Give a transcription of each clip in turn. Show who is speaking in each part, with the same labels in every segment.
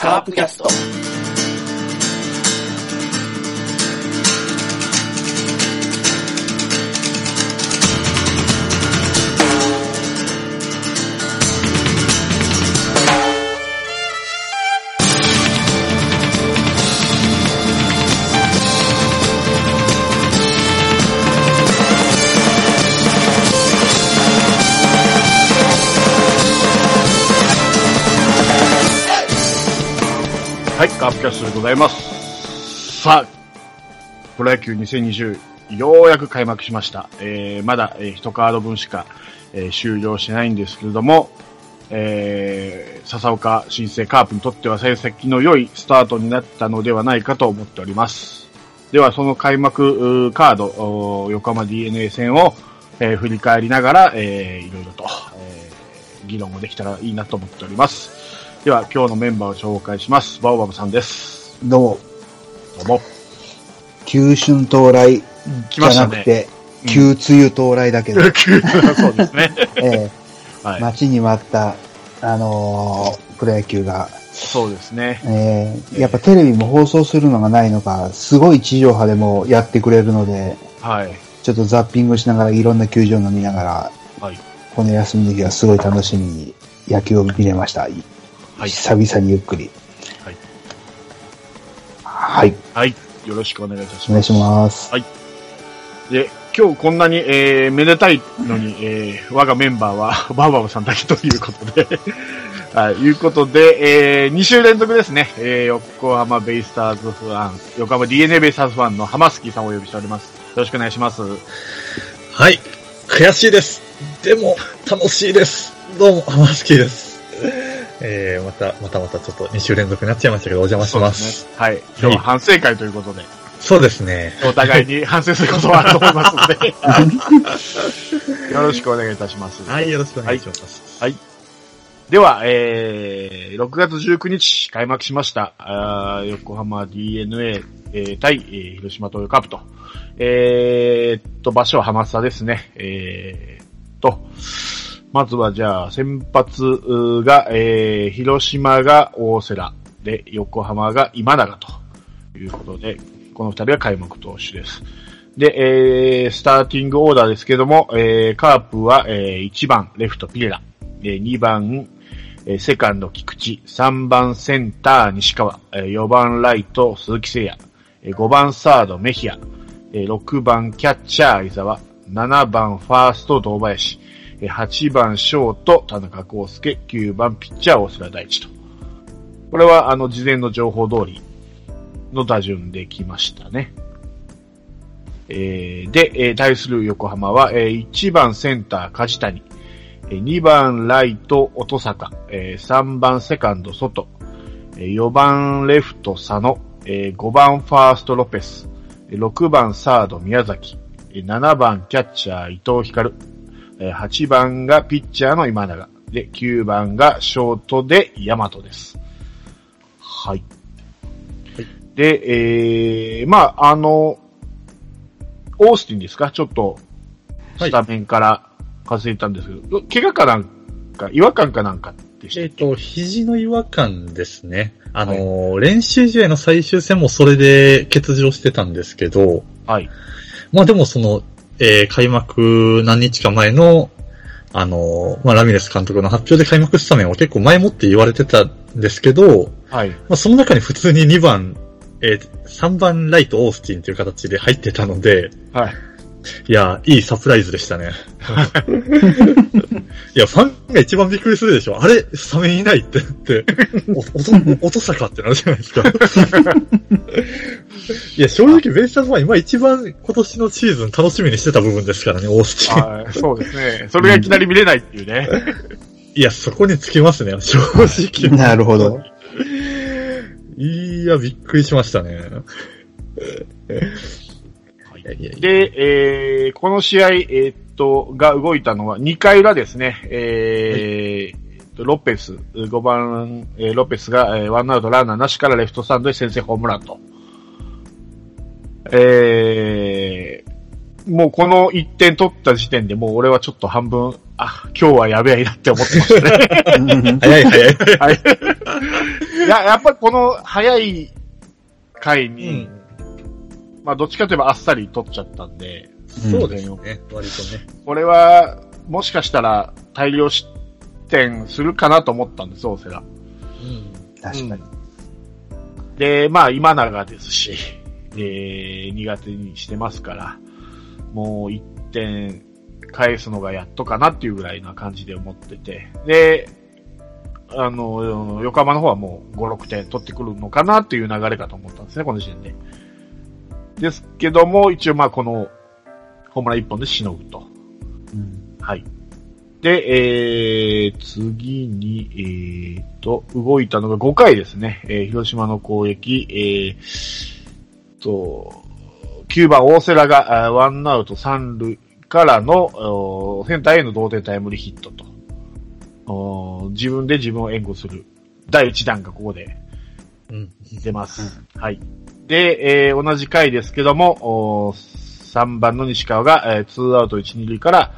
Speaker 1: カープキャスト。
Speaker 2: はい、カープキャストでございます。さあ、プロ野球2020、ようやく開幕しました。えー、まだ、えー、1カード分しか、えー終了してないんですけれども、えー、笹岡新生カープにとっては成績の良いスタートになったのではないかと思っております。では、その開幕うーカード、おー横浜 DNA 戦を、えー振り返りながら、えー、いろいろと、えー議論もできたらいいなと思っております。では、今日のメンバーを紹介します。バオバブさんです。
Speaker 3: どうも、
Speaker 2: どうも。
Speaker 3: 急春到
Speaker 2: 来
Speaker 3: 来じゃ
Speaker 2: ました
Speaker 3: なく
Speaker 2: ね。
Speaker 3: て、
Speaker 2: うん
Speaker 3: 急梅雨到来だ け ど、
Speaker 2: そうですね。
Speaker 3: え
Speaker 2: は
Speaker 3: ー
Speaker 2: い。
Speaker 3: 待ちに待った、あのープロ野球が、
Speaker 2: そうですね。
Speaker 3: えーやっぱテレビも放送するのがないのか、すごい地上波でもやってくれるので、
Speaker 2: はい。
Speaker 3: ちょっとザッピングしながらいろんな球場飲みながら、
Speaker 2: はい。
Speaker 3: この休みの日はすごい楽しみに野球を見れました。
Speaker 2: はい。
Speaker 3: 久々にゆっくり。
Speaker 2: はい。
Speaker 3: はい。
Speaker 2: はい。よろしくお願いいたし
Speaker 3: お願
Speaker 2: ま
Speaker 3: いします。
Speaker 2: す。で、今日こんなに、えー、めでたいのに、えー、我がメンバーは、 バオバブさんだけということで。 はい。いうことで、えー、2週連続ですね。えー、横浜ベイスターズファン、横浜 DNA ベイスターズファンの浜月さんをお呼びしております。よろしくお願いします。
Speaker 4: はい。悔しいです。でも、楽しいです。どうも、浜月です。えー、また、またまたちょっと2週連続になっちゃいましたけど、お邪魔します。
Speaker 2: ね。はい。今日は反省会ということで。
Speaker 4: そうですね。
Speaker 2: お互いに反省することはあると思いますの で。よろしくお願いいたします。
Speaker 4: はい、よろしくお願いします。
Speaker 2: はいでは、えー、6月19日開幕しました、あー横浜 DNA、えー対、えー広島東洋カープと、えーっと、場所は浜田ですね、えーっと、まずはじゃあ、先発うーが、えー広島が大瀬良で、横浜が今永ということで、この二人が開幕投手です。で、えー、スターティングオーダーですけども、えー、カープは、えー、1番、レフト、ピレラ。えー、2番、えー、セカンド、菊池。3番、センター、西川。えー、4番、ライト、鈴木誠也。えー、5番、サード、メヒア。えー、6番、キャッチャー、伊沢。7番、ファースト、堂林。えー、8番、ショート、田中康介。9番、ピッチャー、大瀬良大地と。これは、あの、事前の情報通りの打順できましたね。えーで、えー対する横浜は、えー1番センター、梶谷、えー2番ライト、音坂、えー3番セカンド、外、えー4番レフト、佐野、えー5番ファースト、ロペス、えー6番サード、宮崎、えー7番キャッチャー、伊藤光、えー8番がピッチャーの今永、で、9番がショートで、大和です。はい。で、えー、まあ、あの、オースティンですかちょっと、
Speaker 4: はい
Speaker 2: スタメンから稼いたんですけど、ど怪我かなんか、違和感かなんかでした
Speaker 4: えっ、と、肘の違和感ですね。あのー練習試合の最終戦もそれで欠場してたんですけど、
Speaker 2: はい。
Speaker 4: まあでもその、えー、開幕何日か前の、あのーまあラミレス監督の発表で開幕スタメンを結構前もって言われてたんですけど、
Speaker 2: はい。
Speaker 4: まあ、その中に普通に2番、えー3番ライトオースティンという形で入ってたので、
Speaker 2: はい。
Speaker 4: いや、いいサプライズでしたね。いや、ファンが一番びっくりするでしょ。あれ、スタメンいないってなって、お、おと、おとさかってなるじゃないですか。いや、正直、ベイスターズファン今一番今年のシーズン楽しみにしてた部分ですからね、オースティン。
Speaker 2: はい。そうですね。それがいきなり見れないっていうね。
Speaker 4: いや、そこにつきますね、正直。
Speaker 3: なるほど。
Speaker 4: いや、びっくりしましたね。いやいやいや
Speaker 2: で、えー、この試合、えーっと、が動いたのは2回裏ですね。えーえーっとロペス、5番、えーロペスが、えーワンアウトランナーなしからレフトスタンドで先制ホームランと。えー、もうこの1点取った時点でもう俺はちょっと半分、 あ、今日はやべえなって思ってましたね。
Speaker 3: うん
Speaker 4: 早い早い。
Speaker 2: はい。い や、やっぱりこの早い回
Speaker 4: う
Speaker 2: に、
Speaker 4: ん。
Speaker 2: まあどっちかといえばあっさり取っちゃったんで、
Speaker 4: そうですね、割とね。
Speaker 2: これは、もしかしたら大量失点するかなと思ったんです、オセラ。
Speaker 4: うん。
Speaker 3: 確かに。
Speaker 2: で、まあ今永ですし、 えー、苦手にしてますから、もう1点返すのがやっとかなっていうぐらいな感じで思ってて、で、あの、横浜の方はもう5、6点取ってくるのかなっていう流れかと思ったんですね、この時点で。ですけども、一応まあこの、ホームラン1本でしのぐと。
Speaker 3: うん
Speaker 2: はい。で、えー、次に、えーと、動いたのが5回ですね。えー広島の攻撃、えー、と、9番大瀬良があーワンアウト三塁からの、おーセンターへの同点タイムリーヒットと。おー自分で自分を援護する。第1弾がここで
Speaker 4: うん。
Speaker 2: 出ます。はい。で、えー同じ回ですけども、おー3番の西川が、えー、2アウト1、2塁から、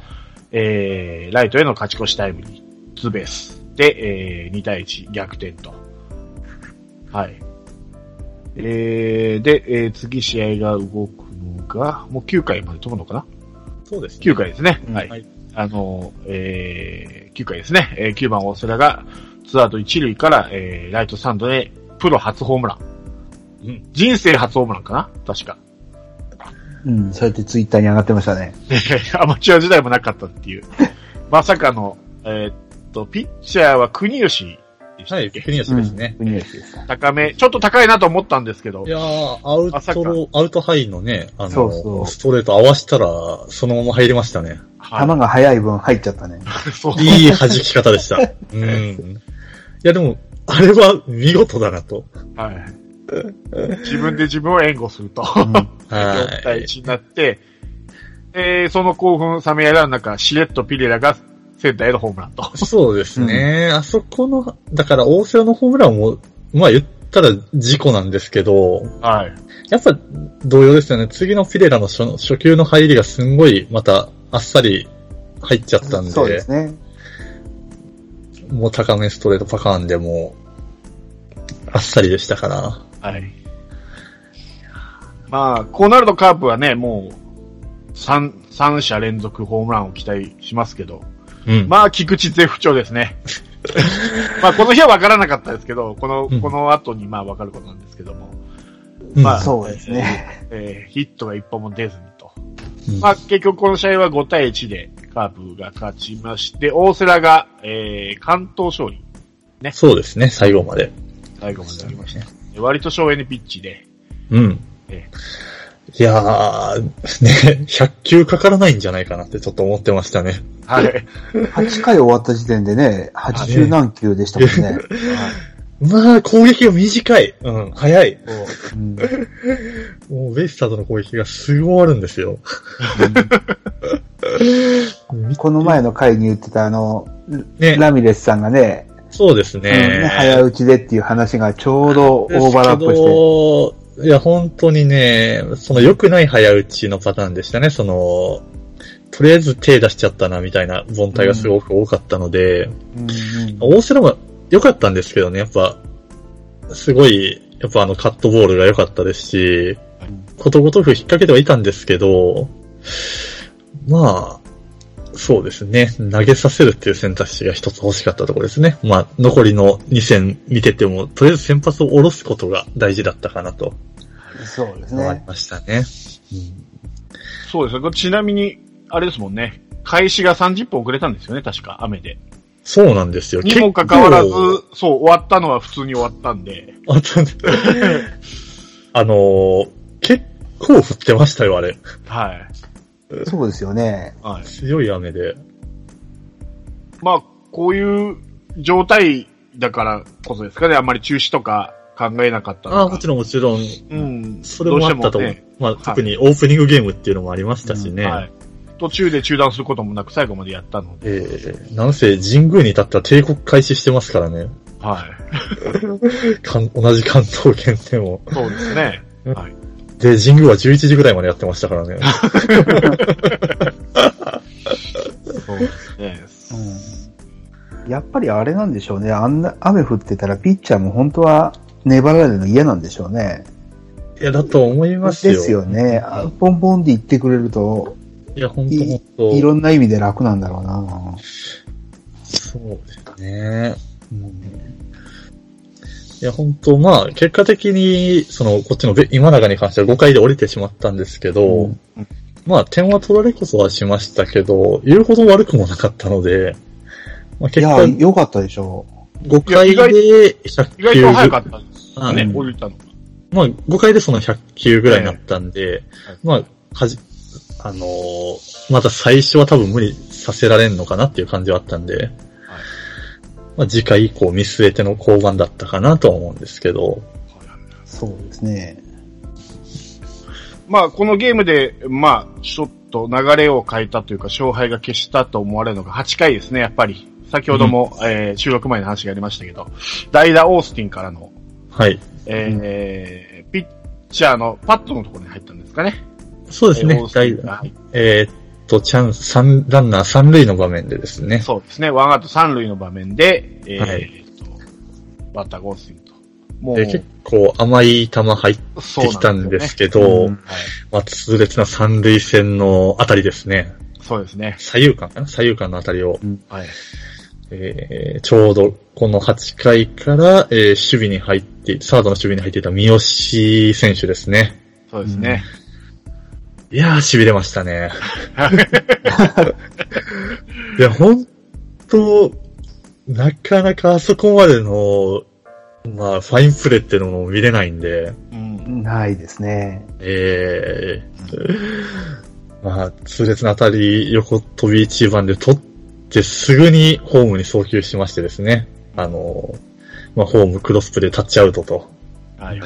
Speaker 2: えーライトへの勝ち越しタイムリー、ツーベース。で、えー2対1、逆転と。はい。えーで、えー次試合が動くのが、もう9回まで飛ぶのかな
Speaker 4: そうですね。
Speaker 2: ?9 回ですね。
Speaker 3: うん
Speaker 2: はい。
Speaker 4: はい
Speaker 2: あの、えー9回ですね。えー9番大瀬良が、ツーアウト1塁から、えーライトスタンドへ、プロ初ホームラン。
Speaker 4: うん。
Speaker 2: 人生初ホームランかな確か。
Speaker 3: うん、そうやってツイッターに上がってましたね。
Speaker 2: アマチュア時代もなかったって いう。まさかの、えーっと、ピッチャーは国吉でした
Speaker 4: は
Speaker 2: っ
Speaker 4: い、
Speaker 2: け、
Speaker 4: 国吉ですね。
Speaker 3: うん。国吉ですか。
Speaker 2: 高め、ちょっと高いなと思ったんですけど
Speaker 4: い、やー、アウ
Speaker 2: まさか
Speaker 4: トロー、アウトハイのね、あの、
Speaker 3: そうそう
Speaker 4: ストレート合わせたら、そのまま入りました ね。
Speaker 2: は
Speaker 3: 球が速い分入っちゃったね。
Speaker 2: い、 そう
Speaker 4: いい弾き方でした。 うん。いや、でも、あれは見事だなと。
Speaker 2: はい。自分で自分を援護すると、4
Speaker 4: は
Speaker 2: 対
Speaker 4: い。
Speaker 2: 1になって、えー、その興奮冷めやらん中、しれっとピレラがセンターへのホームランと。
Speaker 4: そうですね。あそこの、だから大瀬良のホームランも、まあ言ったら事故なんですけど、
Speaker 2: はい。
Speaker 4: やっぱ同様ですよね。次のフィレラの初初球の入りがすんごい、またあっさり入っちゃったんで、
Speaker 3: そうですね。
Speaker 4: もう高めストレートパカーンでもう、あっさりでしたから。
Speaker 2: はい。まあ、こうなるとカープはね、もう、三、三者連続ホームランを期待しますけど、
Speaker 4: うん。
Speaker 2: まあ、菊池絶不調です ね。まあ、この日は分からなかったですけど、この、
Speaker 4: うん
Speaker 2: この後にまあ分かることなんですけども、
Speaker 4: うん
Speaker 2: まあ
Speaker 3: そうですね。
Speaker 2: えーヒットが一本も出ずにと。
Speaker 4: うん
Speaker 2: まあ、結局この試合は5対1でカープが勝ちまして、大瀬良が、えー、関東勝利、
Speaker 4: そうですね、最後まで。
Speaker 2: 最後までありました。で割と省エネピッチで、
Speaker 4: うん
Speaker 2: え。
Speaker 4: いやー、ね、100球 かからないんじゃないかなってちょっと思ってましたね。
Speaker 2: はい。
Speaker 3: 8回終わった時点でね、80何球でしたもんね。
Speaker 4: まあ、攻撃が短い。うん、早い。も
Speaker 3: うん
Speaker 4: う、もうベイスターズの攻撃がすごいあるんですよ。
Speaker 3: うんこの前の回に言ってたあの、
Speaker 4: ね、
Speaker 3: ラミレスさんがね、
Speaker 4: そうですね。
Speaker 3: うん早打ちでっていう話がちょうどオーバーラップして。
Speaker 4: ですけどいや、本当にね、その良くない早打ちのパターンでしたね。その、とりあえず手出しちゃったな、みたいな凡退がすごく多かったので、
Speaker 3: うん
Speaker 4: 大瀬良も良かったんですけどね、やっぱ、すごい、やっぱあのカットボールが良かったですし、ことごとく引っ掛けてはいたんですけど、まあ、そうですね。投げさせるっていう選択肢が一つ欲しかったところですね。まあ、残りの2戦見てても、とりあえず先発を下ろすことが大事だったかなと
Speaker 3: うんそうです
Speaker 4: 思い
Speaker 3: ね。
Speaker 4: ましたね。
Speaker 2: そうですね。これちなみに、あれですもんね。開始が30分遅れたんですよね、確か、雨で。
Speaker 4: そうなんですよ。
Speaker 2: にもかかわらず
Speaker 4: 結構、
Speaker 2: そう、終わったのは普通に終わったんで。
Speaker 4: あとね あのー結構降ってましたよ、あれ。
Speaker 2: はい。
Speaker 3: そうですよね。
Speaker 2: はい。
Speaker 4: 強い雨で。
Speaker 2: まあ、こういう状態だからこそですかね。あんまり中止とか考えなかったの
Speaker 4: ああ、も
Speaker 2: か
Speaker 4: ちろんもちろん、
Speaker 2: うん。
Speaker 4: それもあったと思う。
Speaker 2: どしてもね
Speaker 4: まあ、特にオープニングゲームっていうのもありましたしね。
Speaker 2: はい。途中で中断することもなく最後までやったので。
Speaker 4: えー、なんせ神宮に立ったら帝国開始してますからね。
Speaker 2: はい。
Speaker 4: かん同じ関東圏でも。
Speaker 2: そうですね。
Speaker 4: で、神宮は11時ぐらいまでやってまし たからね。
Speaker 2: そうですね。
Speaker 3: うんやっぱりあれなんでしょうね。あんな雨降ってたらピッチャーも本当は粘られるの嫌なんでしょうね。
Speaker 4: いや、だと思いますよ。
Speaker 3: ですよね。あポンポンって言ってくれると、
Speaker 4: いや、本当
Speaker 3: い
Speaker 4: 本当
Speaker 3: いろんな意味で楽なんだろうな。
Speaker 4: そうですね。いや、本当まあ、結果的に、その、こっちのべ今永に関しては5回で降りてしまったんですけど、
Speaker 3: うん
Speaker 4: まあ、点は取られこそはしましたけど、言うほど悪くもなかったので、まあ、
Speaker 3: い
Speaker 4: 結
Speaker 3: や、
Speaker 4: 果、
Speaker 3: 良かったでしょ
Speaker 4: 5回で100球。
Speaker 2: 意外と早かったんです
Speaker 4: あ
Speaker 2: ね
Speaker 4: う、ん
Speaker 2: 降りたのが。
Speaker 4: まあ、5回でその100球ぐらいになったんで、
Speaker 2: はい
Speaker 4: まあ、かじ、あのーまだ最初は多分無理させられんのかなっていう感じはあったんで、まあ、次回以降見据えての降板だったかなとは思うんですけど、
Speaker 3: う。そうですね。
Speaker 2: まあ、このゲームで、まあ、ちょっと流れを変えたというか、勝敗が消したと思われるのが8回ですね、やっぱり。先ほども、えー収録前の話がありましたけど、代打オースティンからの、
Speaker 4: はい。
Speaker 2: えーピッチャーのパッドのところに入ったんですかね。
Speaker 4: そうです
Speaker 2: えー
Speaker 4: ね
Speaker 2: オー、ステ
Speaker 4: 代
Speaker 2: ィンが
Speaker 4: 打。
Speaker 2: 入っ
Speaker 4: えーっと、チャンス、三、ランナー三塁の場面でですね。
Speaker 2: そうですね、ワンアウト三塁の場面で、えー
Speaker 4: はい
Speaker 2: えーとバッターがオースティンと。も
Speaker 4: で結構甘い球入って
Speaker 2: う、そう
Speaker 4: きたんですけ
Speaker 3: う
Speaker 4: ど、
Speaker 3: ん
Speaker 2: ど、はい。
Speaker 4: まあ、痛烈な三塁線のあたりですね。
Speaker 2: そうですね。
Speaker 4: 左右間かな左右間のあたりを
Speaker 2: はい。
Speaker 4: えーちょうどこの8回から、えー守備に入って、サードの守備に入っていた三好選手ですね。
Speaker 2: そうですね。
Speaker 4: いやー、痺れましたね。いや、本当なかなかあそこまでの、まあ、ファインプレーっていうのも見れないんで、
Speaker 2: うん。
Speaker 3: ないですね。
Speaker 4: えー、まあ、痛烈な当たり、横飛び一番で取って、すぐにホームに送球しましてですね。あの、まあ、ホームクロスプレータッチアウトと。
Speaker 2: はい。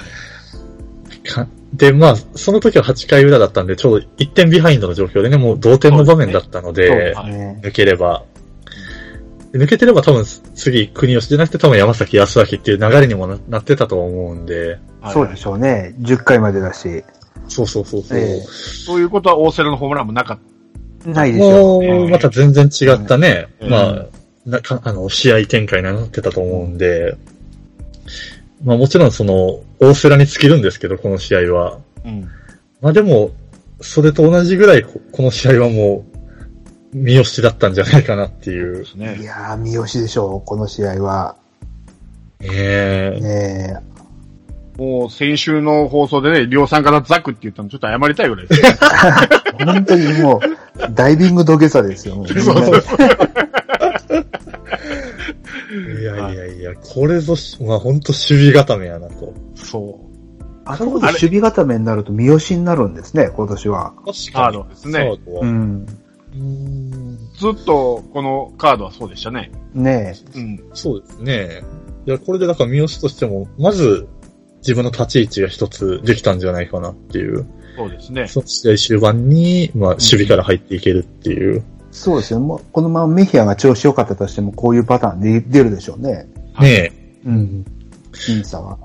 Speaker 4: かで、まあ、その時は8回裏だったんで、ちょうど1点ビハインドの状況でね、もう同点の場面だったので、
Speaker 2: そうですね
Speaker 3: ね
Speaker 4: 抜ければ。で抜けてれば多分次、国吉じゃなくて多分山崎康明っていう流れにもななってたとは思うんで、
Speaker 2: はい
Speaker 3: そうでしょうね。10回までだし。
Speaker 4: そうそうそうそう。
Speaker 3: え
Speaker 2: そういうことは大瀬良のホームランもなかっ
Speaker 3: えないでしょう。
Speaker 4: もう、また全然違ったね。
Speaker 2: うん
Speaker 4: まあ、なか、あの、試合展開になってたと思うんで、まあもちろんその、大瀬良に尽きるんですけど、この試合は。
Speaker 2: た。うん。
Speaker 4: まあでも、それと同じぐらい、ここの試合はもう、三好だったんじゃないかなっていう
Speaker 2: で。すね
Speaker 3: い。やー、三好でしょう、この試合は。
Speaker 4: ええ
Speaker 3: ね
Speaker 2: もう先週の放送でね、量産からザクって言ったのちょっと謝りたいぐらい です。
Speaker 3: え、本当にもう、ダイビング土下座ですよ。もう
Speaker 2: そうそう
Speaker 4: いやいやいや、これぞし、まあ本当守備固めやなと。
Speaker 2: そう。
Speaker 3: あそこで守備固めになると三好になるんですね、今年は。
Speaker 4: 確
Speaker 2: カードですね。
Speaker 3: うん。
Speaker 4: うん。
Speaker 2: ずっとこのカードはそうでしたね。
Speaker 3: ね
Speaker 2: うん。
Speaker 4: そうですね。いや、これでだから三好としても、まず、自分の立ち位置が一つできたんじゃないかなっていう。
Speaker 2: そうですね。
Speaker 4: その試合終盤に、まあ、守備から入っていけるっていう。
Speaker 3: え、そうですよ。もう、このままメヒアが調子良かったとしても、こういうパターンで出るでしょうね。
Speaker 2: はい
Speaker 4: ね
Speaker 3: うん。審査は。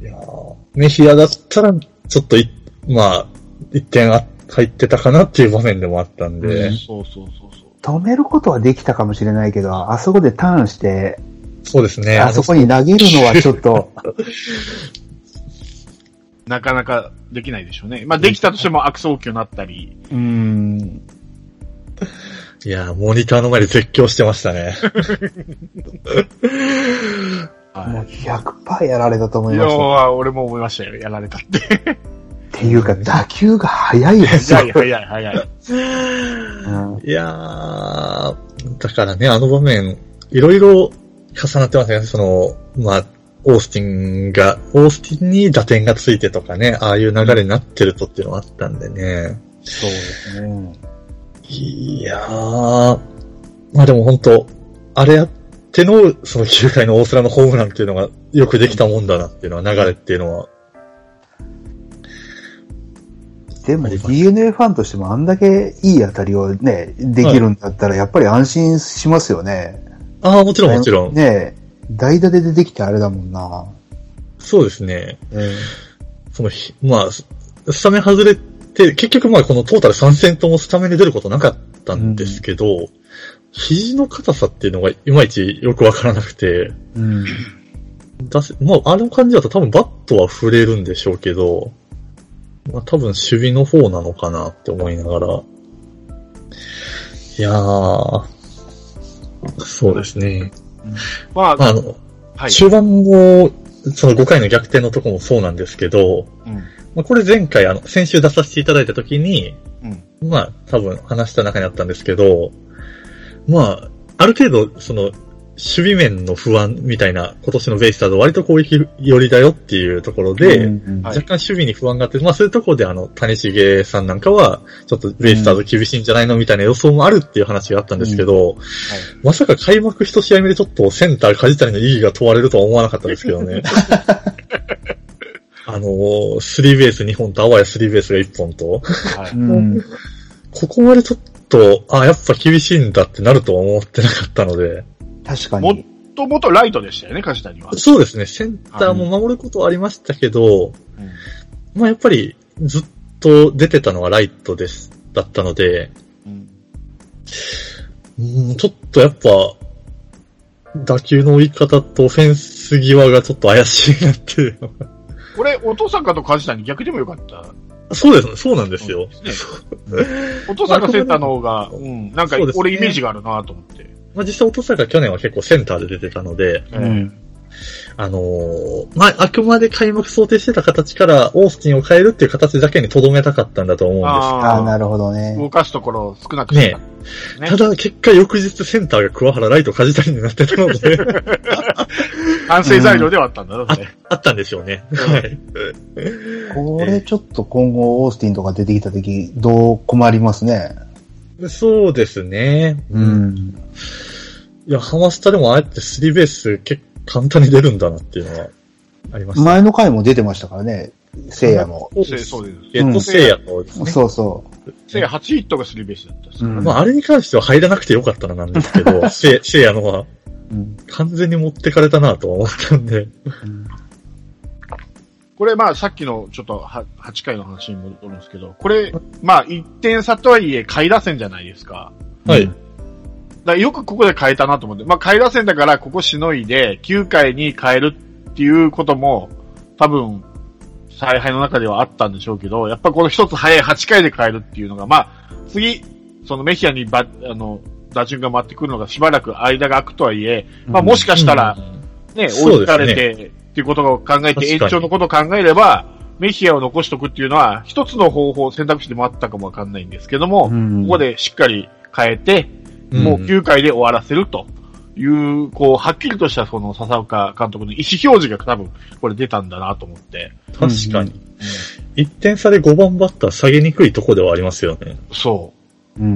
Speaker 4: え。いやーメヒアだったら、ちょっとい、まあ、一点あ入ってたかなっていう場面でもあったんで、
Speaker 2: そうそうそうそう。
Speaker 3: 止めることはできたかもしれないけど、あそこでターンして、
Speaker 4: そうですね。
Speaker 3: あそこに投げるのはちょっと、
Speaker 2: なかなかできないでしょうね。まあ、できたとしても悪送球になったり、
Speaker 3: うん。
Speaker 4: いやーモニターの前で絶叫してましたね。
Speaker 3: もう
Speaker 2: は
Speaker 3: 100%やられたと思
Speaker 2: い。
Speaker 3: い
Speaker 2: い
Speaker 3: ま
Speaker 2: や
Speaker 3: した。
Speaker 2: ー、俺も思いましたよ。やられた って。
Speaker 3: っていうか、打球が速いですよ
Speaker 2: 早い。早い早い。
Speaker 3: うん
Speaker 4: いやー、だからね、あの場面、いろいろ重なってますね。その、まあ、オースティンが、オースティンに打点がついてとかね、ああいう流れになってるとっていうのがあったんでね。
Speaker 3: そうですね。
Speaker 4: いやー、まあでも本当あれやっての、その9回の大空のホームランっていうのがよくできたもんだなっていうのは、流れっていうのは。
Speaker 3: でも
Speaker 4: あります
Speaker 3: DNA ファンとしてもあんだけいい当たりをね、できるんだったらやっぱり安心しますよね。
Speaker 4: ああ、もちろんもちろん。
Speaker 3: ね代打で出てきてあれだもんな。
Speaker 4: そうですね。
Speaker 3: え
Speaker 4: そのひ、まあ、ススタメン外れて、結局まあこのトータル3戦ともスタメンで出ることなかったんですけど、肘の硬さっていうのがいまいちよくわからなくて、
Speaker 3: うん。
Speaker 4: 出せ、まあ、あの感じだと多分バットは触れるんでしょうけど、まあ、多分守備の方なのかなって思いながら。いやー、そうですね。
Speaker 2: ま
Speaker 4: まあ、
Speaker 2: あ、
Speaker 4: あの、
Speaker 2: はい。
Speaker 4: 中盤の、その5回の逆転のとこもそうなんですけど、
Speaker 2: うん。
Speaker 4: まあ、これ前回、あの、先週出させていただいた時に、
Speaker 2: うん。
Speaker 4: まあ、多分話した中にあったんですけど、まあ、ある程度、その、守備面の不安みたいな、今年のベイスターズは割と攻撃寄りだよっていうところで、
Speaker 3: うん
Speaker 2: はい
Speaker 4: 若干守備に不安があって、まあそういうところであの、谷繁さんなんかは、ちょっとベイスターズ厳しいんじゃないのみたいな予想もあるっていう話があったんですけど、まさか開幕一試合目でちょっとセンター梶谷の意義が問われるとは思わなかったですけど ね。あのー、スリーベース2本とあわやスリーベースが1本と、
Speaker 2: はい。
Speaker 3: うん。
Speaker 4: ここまでちょっと、あ、やっぱ厳しいんだってなるとは思ってなかったので、
Speaker 3: 確か
Speaker 2: も
Speaker 3: に。
Speaker 2: っともとライトでしたよね、梶谷は。
Speaker 4: そうですね、センターも守ることはありましたけど、
Speaker 2: うん
Speaker 4: まあやっぱりずっと出てたのはライトです、だったので、
Speaker 2: うん
Speaker 4: うんちょっとやっぱ、打球の追い方とオフェンス際がちょっと怪しいなっていう のが。
Speaker 2: これ、お父さんかと梶谷逆でもよかった。
Speaker 4: そうですね、そうなんですよ。
Speaker 2: お父さんがセンターの方が、うん、なんか
Speaker 4: そうですね
Speaker 2: 俺イメージがあるなと思って。
Speaker 4: まあ実際、お父さんが去年は結構センターで出てたので、
Speaker 2: え
Speaker 3: う
Speaker 2: ー
Speaker 3: ん。
Speaker 4: あのーまあ、あくまで開幕想定してた形から、オースティンを変えるっていう形だけに留めたかったんだと思うんです
Speaker 3: ああ、
Speaker 2: あ
Speaker 3: なるほど
Speaker 2: あ、
Speaker 3: ね
Speaker 2: 動。かすところを少なくした。
Speaker 4: けど。ただ、結果翌日センターが桑原ライト梶谷になってたので、
Speaker 2: 反省材料ではあったんだろうね。
Speaker 4: あったんですよね。はい。
Speaker 3: これちょっと今後オースティンとか出てきた時、どう困りますね。
Speaker 4: そうですね。
Speaker 3: うん。
Speaker 4: いや、ハマスタでもああやってスリーベース結構簡単に出るんだなっていうのはありました。
Speaker 3: 前の回も出てましたからね、聖夜も。
Speaker 4: そう
Speaker 2: せ
Speaker 4: です。
Speaker 2: そうです。
Speaker 4: えっと、せいやとですね。
Speaker 3: そうそ
Speaker 2: せい8ヒットがスリーベースだったんですから
Speaker 3: う
Speaker 2: ね
Speaker 3: ん
Speaker 4: まあ、あれに関しては入らなくてよかったななんですけど、せいやのは
Speaker 3: う。うん。
Speaker 4: 完全に持ってかれたなとは思ったんで。
Speaker 2: これまあさっきのちょっとは8回の話に戻るんですけど、これまあ1点差とはいえ下位打線じゃないですか。
Speaker 4: はい。
Speaker 2: だからよくここで変えたなと思って、まあ下位打線だからここしのいで9回に変えるっていうことも多分采配の中ではあったんでしょうけど、やっぱこの一つ早い8回で変えるっていうのが、まあ次、そのメヒアにば、あの、打順が回ってくるのがしばらく間が空くとはいえ、まあもしかしたら、ね、
Speaker 4: そ
Speaker 2: 追
Speaker 4: う
Speaker 2: い
Speaker 4: で
Speaker 2: つか
Speaker 4: すね
Speaker 2: れて、っていうことを考え
Speaker 4: 確か
Speaker 2: て、
Speaker 4: に
Speaker 2: 延長のことを考えれば、メヒアを残しとくっていうのは、一つの方法、選択肢でもあったかもわかんないんですけども、
Speaker 3: うん
Speaker 2: ここでしっかり変えて、
Speaker 4: うん
Speaker 2: もう9回で終わらせるという、こう、はっきりとしたその笹岡監督の意思表示が多分、これ出たんだなと思って。
Speaker 4: 確かに。1点差で5番バッター下げにくいとこではありますよね。
Speaker 2: そ
Speaker 3: うん。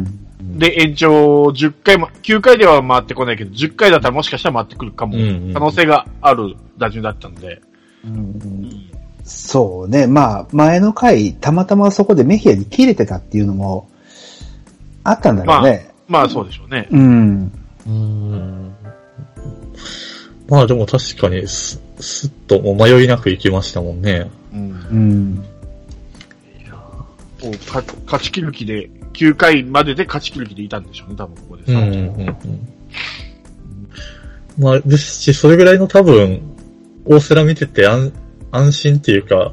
Speaker 2: う。で、延長10回も、9回では回ってこないけど、10回だったらもしかしたら回ってくるかも、
Speaker 4: うんうん
Speaker 2: 可能性がある打順だったんで。
Speaker 3: そうね。まあ、前の回、たまたまそこでメヒアに切れてたっていうのも、あったんだろうね。
Speaker 2: まあ、そうでしょうね。
Speaker 3: うん。
Speaker 4: うん。まあでも確かにす、すっともう迷いなく行きましたもんね。
Speaker 2: うん
Speaker 3: うん。
Speaker 2: もうか勝ち切る気で、9回までで勝ち切る気でいたんでしょうね、多分ここで
Speaker 4: う
Speaker 2: さ。
Speaker 4: んうんうん。まあ、ですし、それぐらいの多分、大瀬良見てて安、安心っていうか、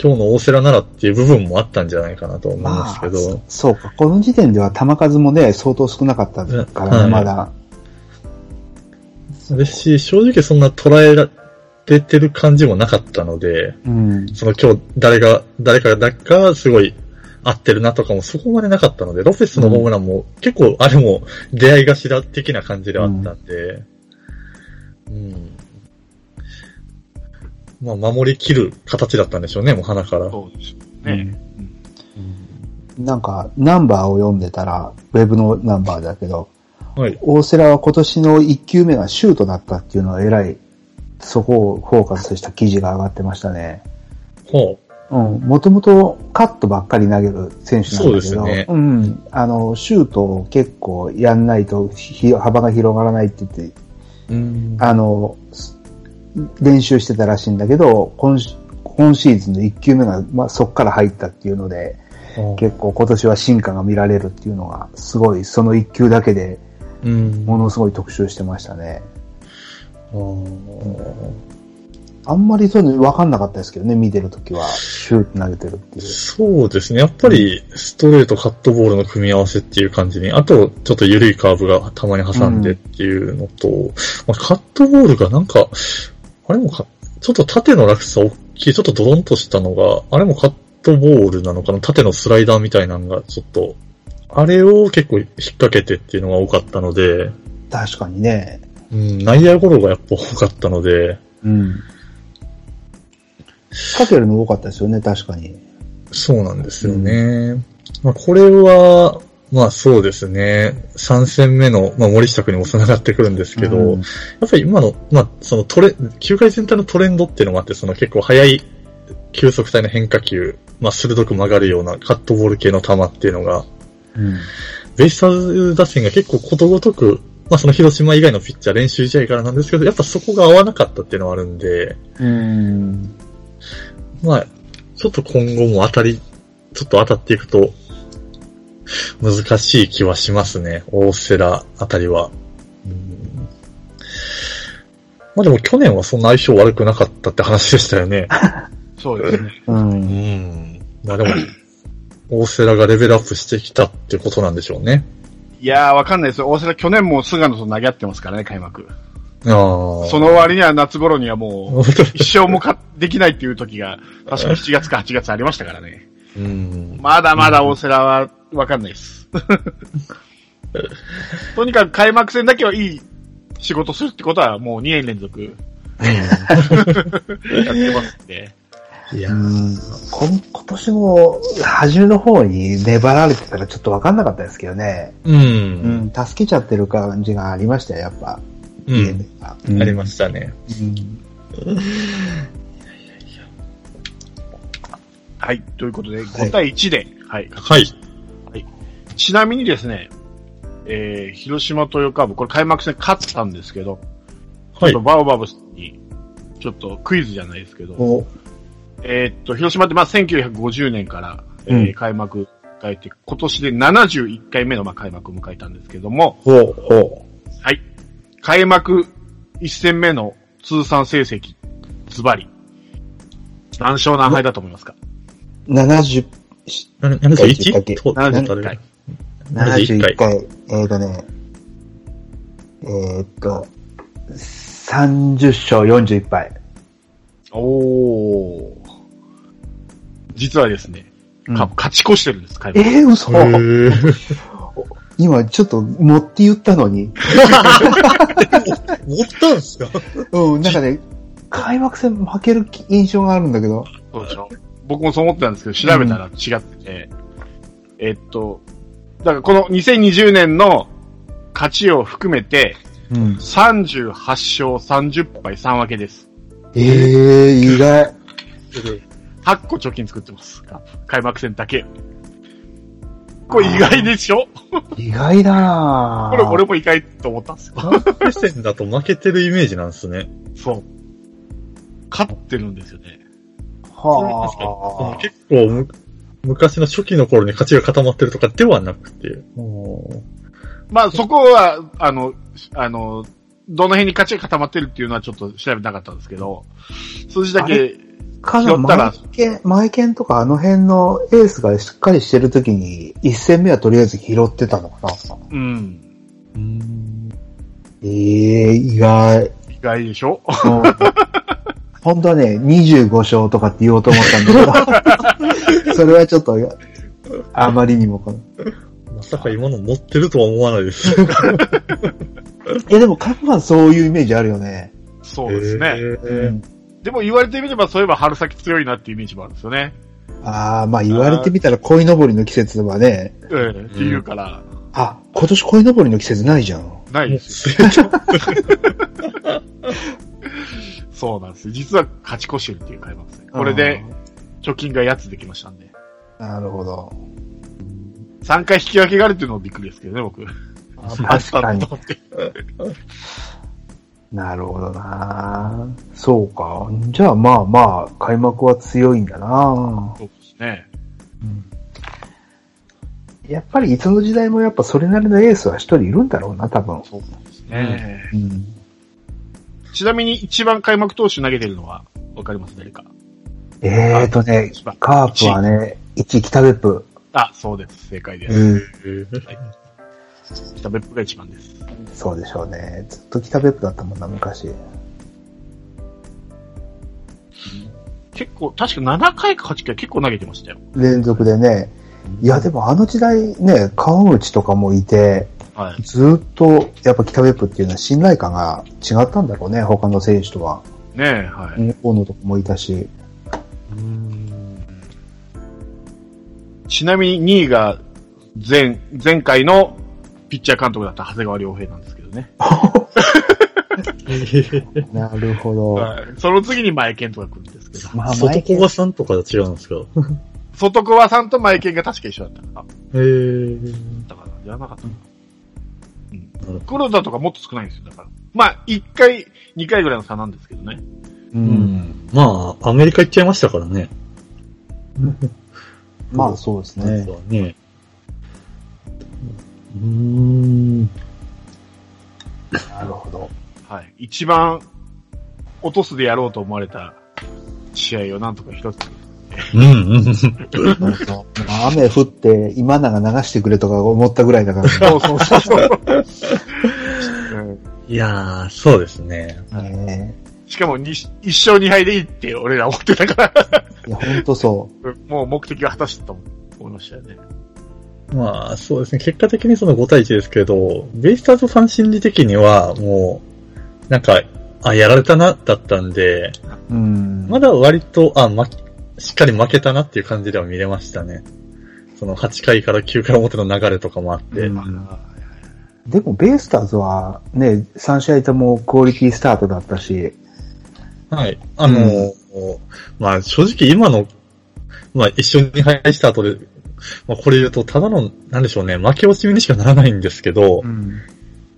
Speaker 4: 今日の大瀬良ならっていう部分もあったんじゃないかなと思うん
Speaker 3: ま
Speaker 4: で
Speaker 3: あ
Speaker 4: すけど、、
Speaker 3: そうか。この時点では球数もね、相当少なかったから
Speaker 4: う
Speaker 3: ね、
Speaker 4: ん
Speaker 3: まだ。
Speaker 4: ですし、正直そんな捉えられてる感じもなかったので、
Speaker 3: うん。
Speaker 4: その今日誰が、誰かだかすごい合ってるなとかもそこまでなかったので、ロペスのホームランも結構あれも出会い頭的な感じではあったんで、うん。まあ守り切る形だったんでしょうね、もう鼻から。
Speaker 2: そうですよね。
Speaker 3: なんか、ナンバーを読んでたら、ウェブのナンバーだけど、
Speaker 4: はい。
Speaker 3: 大瀬良は今年の1球目がシュートだったっていうのは偉い、そこをフォーカスした記事が上がってましたね。
Speaker 4: ほう。
Speaker 3: うん。もともとカットばっかり投げる選手なんだけ
Speaker 4: そ
Speaker 3: ど、
Speaker 4: うですね
Speaker 3: ん。あの、シュートを結構やんないとひ幅が広がらないって言って、
Speaker 4: うん
Speaker 3: あの、す練習してたらしいんだけど、今し今シーズンの1球目が、まあ、そっから入ったっていうので、結構今年は進化が見られるっていうのが、すごいその1球だけで
Speaker 4: うん。
Speaker 3: ものすごい特集してましたね。
Speaker 4: あー
Speaker 3: あんまりそういうの分かんなかったですけどね、見てるときは。シューって投げてるっていう。
Speaker 4: そうですね。やっぱり、ストレート、カットボールの組み合わせっていう感じに、あと、ちょっと緩いカーブがたまに挟んでっていうのと、まあ、カットボールがなんか、あれもか、ちょっと縦の落差大きい、ちょっとドロンとしたのが、あれもカットボールなのかな縦のスライダーみたいなのが、ちょっと、あれを結構引っ掛けてっていうのが多かったので、
Speaker 3: 確かにね。
Speaker 4: うん、内野ゴロがやっぱ多かったので、
Speaker 3: うん。かけるの多かったですよね、確かに。
Speaker 4: そうなんですよね。まあ、これは、まあそうですね。3戦目の、まあ、森下君にも繋がってくるんですけど、
Speaker 3: うん
Speaker 4: やっぱり今の、まあそのトレ、球界全体のトレンドっていうのもあって、その結構速い球速帯の変化球、まあ鋭く曲がるようなカットボール系の球っていうのが、
Speaker 3: うん。
Speaker 4: ベイスターズ打線が結構ことごとく、まあその広島以外のピッチャー練習試合からなんですけど、やっぱそこが合わなかったっていうのはあるんで、
Speaker 3: うん。
Speaker 4: まあ、ちょっと今後も当たり、ちょっと当たっていくと、難しい気はしますね。大瀬良あたりは。うんまあでも去年はそんな相性悪くなかったって話でしたよね。
Speaker 2: そうですね。
Speaker 3: うん。
Speaker 4: ん。まあでも、大瀬良がレベルアップしてきたってことなんでしょうね。
Speaker 2: いやー、わかんないですよ。大瀬良、去年も菅野と投げ合ってますからね、開幕。
Speaker 4: ああ。
Speaker 2: その割には夏頃にはもう、
Speaker 4: 本当に
Speaker 2: 一生もか、できないっていう時が、確か7月か8月ありましたからね。
Speaker 4: うん。
Speaker 2: まだまだ大瀬良は、わかんないです。とにかく開幕戦だけはいい仕事するってことは、もう2年連続、やってますんで。
Speaker 4: いや
Speaker 3: う、んこん今年も、端の方に粘られてたらちょっと分かんなかったですけどね。
Speaker 4: う。
Speaker 3: うんん、助けちゃってる感じがありましたよ、やっぱ。
Speaker 4: う
Speaker 3: 家で
Speaker 4: ん。
Speaker 3: は
Speaker 4: ありましたね。
Speaker 3: うん
Speaker 2: はい。ということで、5対1で、はい。
Speaker 4: はい。
Speaker 2: ちなみにですね、えー、広島豊川部、これ開幕戦勝ったんですけど、
Speaker 4: はい
Speaker 2: ちょっと。バオバブスに、ちょっとクイズじゃないですけど、
Speaker 3: お
Speaker 2: えーっと、広島ってまあ1950年から、えー
Speaker 3: うん
Speaker 2: 開幕迎えて、今年で71回目のまあ開幕を迎えたんですけども、
Speaker 3: ほう、ほ
Speaker 2: はい。開幕1戦目の通算成績、ズバリ。何勝何敗だと思いますか
Speaker 3: う。70、
Speaker 4: ななんか
Speaker 3: 一回
Speaker 4: 1? と
Speaker 2: ?71 回。
Speaker 3: 71
Speaker 4: 71
Speaker 3: 回。えっ、とね、えーっと、30勝41敗。
Speaker 2: おー。実はですね、
Speaker 3: うん
Speaker 2: か勝ち越してるんです、開 幕。
Speaker 3: えー、嘘
Speaker 4: へー
Speaker 3: 今ちょっと持って言ったのに。
Speaker 4: 持ったんすか
Speaker 3: うん、なんかね、開幕戦負ける印象があるんだけど。
Speaker 2: そうでしょ僕もそう思ってたんですけど、調べたら違ってて、えっと、だからこの2020年の勝ちを含めて、
Speaker 3: うん。
Speaker 2: 38勝30敗3分けです。
Speaker 3: ええー、意外。
Speaker 2: 8個貯金作ってます。開幕戦だけ。これ意外でしょ
Speaker 3: 意外だな
Speaker 2: これ俺も意外と思ったんですよ。
Speaker 4: 目線だと負けてるイメージなんですね。
Speaker 2: そう。勝ってるんですよね。
Speaker 4: その
Speaker 3: はあ。
Speaker 4: 結構む、昔の初期の頃に勝ちが固まってるとかではなくて。
Speaker 2: まあそこは、あの、あの、どの辺に勝ちが固まってるっていうのはちょっと調べなかったんですけど、数字だ
Speaker 3: あ
Speaker 2: け
Speaker 3: か
Speaker 2: 拾ったら
Speaker 3: な、マイケン、マイケンとかあの辺のエースがしっかりしてるときに、一戦目はとりあえず拾ってたのかな。
Speaker 2: うん。
Speaker 3: ええー、意外。
Speaker 2: 意外でしょ
Speaker 3: 本当はね、25勝とかって言おうと思ったんだ けど、それはちょっと、あまりにもかな。
Speaker 4: まさか今の持ってるとは思わないです。
Speaker 3: え、でも各ファンそういうイメージあるよね。
Speaker 2: そうですね。
Speaker 4: へー
Speaker 2: でも言われてみれば、そういえば春先強いなっていうイメージもあるんですよね。
Speaker 3: ああ、まあ言われてみたら鯉のぼりの季節はね、
Speaker 2: ええっていうから、
Speaker 3: あ、今年鯉のぼりの季節ないじゃん。
Speaker 2: ない
Speaker 4: も
Speaker 2: で
Speaker 4: う
Speaker 2: すよ。そうなんですよ。実は勝ち越してるっていう開幕戦。これで、貯金が8つできましたんで。
Speaker 3: あー。なるほど。
Speaker 2: 3回引き分けがあるっていうのもびっくりですけどね、僕。
Speaker 3: 確 かに
Speaker 2: あ。ったって
Speaker 3: なるほどなそうか。じゃあまあまあ、開幕は強いんだな
Speaker 2: そうですね。
Speaker 3: やっぱりいつの時代もやっぱそれなりのエースは一人いるんだろうな、多分。
Speaker 2: そうなんですね。
Speaker 3: うん。
Speaker 2: ちなみに一番開幕投手投げてるのは、わかります誰か。
Speaker 3: えーとね、カープはね、1北別府。
Speaker 2: あ、そうです。正解です。
Speaker 3: うん。
Speaker 2: 北別府が一番です。
Speaker 3: そうでしょうね。ずっと北別府だったもんな、昔。
Speaker 2: 結構、確か7回か8回結構投げてましたよ。
Speaker 3: 連続でね。いや、でもあの時代ね、川内とかもいて、
Speaker 2: はい。
Speaker 3: ずっとやっぱ北別府っていうのは信頼感が違ったんだろうね、他の選手とは。
Speaker 2: ねえ、はい。
Speaker 3: 大野とかもいたし。
Speaker 2: ちなみに2位が、前、前回のピッチャー監督だった長谷川良平なんですけどね。
Speaker 3: なるほど。
Speaker 2: はい。その次に前健とか来るんですけど。
Speaker 3: まあ、
Speaker 4: 外
Speaker 3: 前
Speaker 4: 小
Speaker 3: 剣
Speaker 4: 賀さんとか違うんですか
Speaker 2: 外川さんと前健が確か一緒だったかな。
Speaker 4: へー。
Speaker 2: だから、やらなかったかな。
Speaker 4: なるほ
Speaker 2: 黒田とかもっと少ないんですよ、だから。まあ、1回、2回ぐらいの差なんですけどね。
Speaker 3: う
Speaker 4: どうん。まあ、アメリカ行っちゃいましたからね。
Speaker 3: まあそうですね。
Speaker 4: 実はね。うーん。
Speaker 3: なるほど。
Speaker 2: はい。一番、落とすでやろうと思われた試合をなんとか一 つ。
Speaker 4: うん、うん。
Speaker 3: 雨降って今永流してくれとか思ったぐらいだから
Speaker 2: そうそうそう そう。
Speaker 4: いやー、そうですね。
Speaker 3: ね。
Speaker 2: しかもに、一勝二敗でいいって俺ら思ってたから、
Speaker 3: いや、ほんとそ
Speaker 2: もう目的は果たしたと思いましたよね。
Speaker 4: まあ、そうですね。結果的にその5対1ですけど、ベイスターズファン心理的には、もう、なんか、あ、やられたな、だったんで、
Speaker 3: う。うん。
Speaker 4: まだ割と、あ、ま、しっかり負けたなっていう感じでは見れましたね。その8回から9回表の流れとかもあって。
Speaker 3: うん
Speaker 2: あ
Speaker 3: でも、ベイスターズはね、3試合ともクオリティスタートだったし、
Speaker 4: はい。あのー、まあ正直今の、まあ一緒に敗した後で、まあこれ言うと、ただの、なんでしょうね、負け惜しみにしかならないんですけど、
Speaker 3: ん。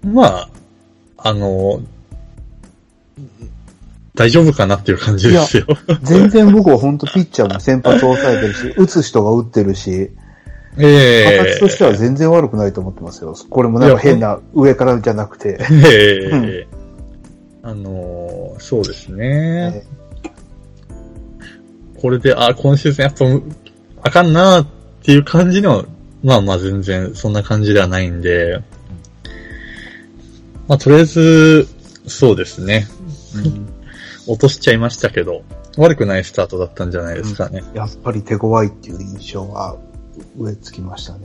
Speaker 4: まあ、あのー、大丈夫かなっていう感じですよ。
Speaker 3: 全然僕はほんとピッチャーも先発を抑えて るし、打つ人が打ってるし、
Speaker 4: ええ
Speaker 3: 形としては全然悪くないと思ってますよ。これもなんか変な上からじゃなくて。
Speaker 4: ええあのー、そうですね。
Speaker 3: ね
Speaker 4: これで、あ、今シーズンやっぱ、あかんなーっていう感じの、まあまあ全然そんな感じではないんで、まあとりあえず、そうですね。落としちゃいましたけど、悪くないスタートだったんじゃないですかね。
Speaker 3: やっぱり手強いっていう印象が植え付きましたね。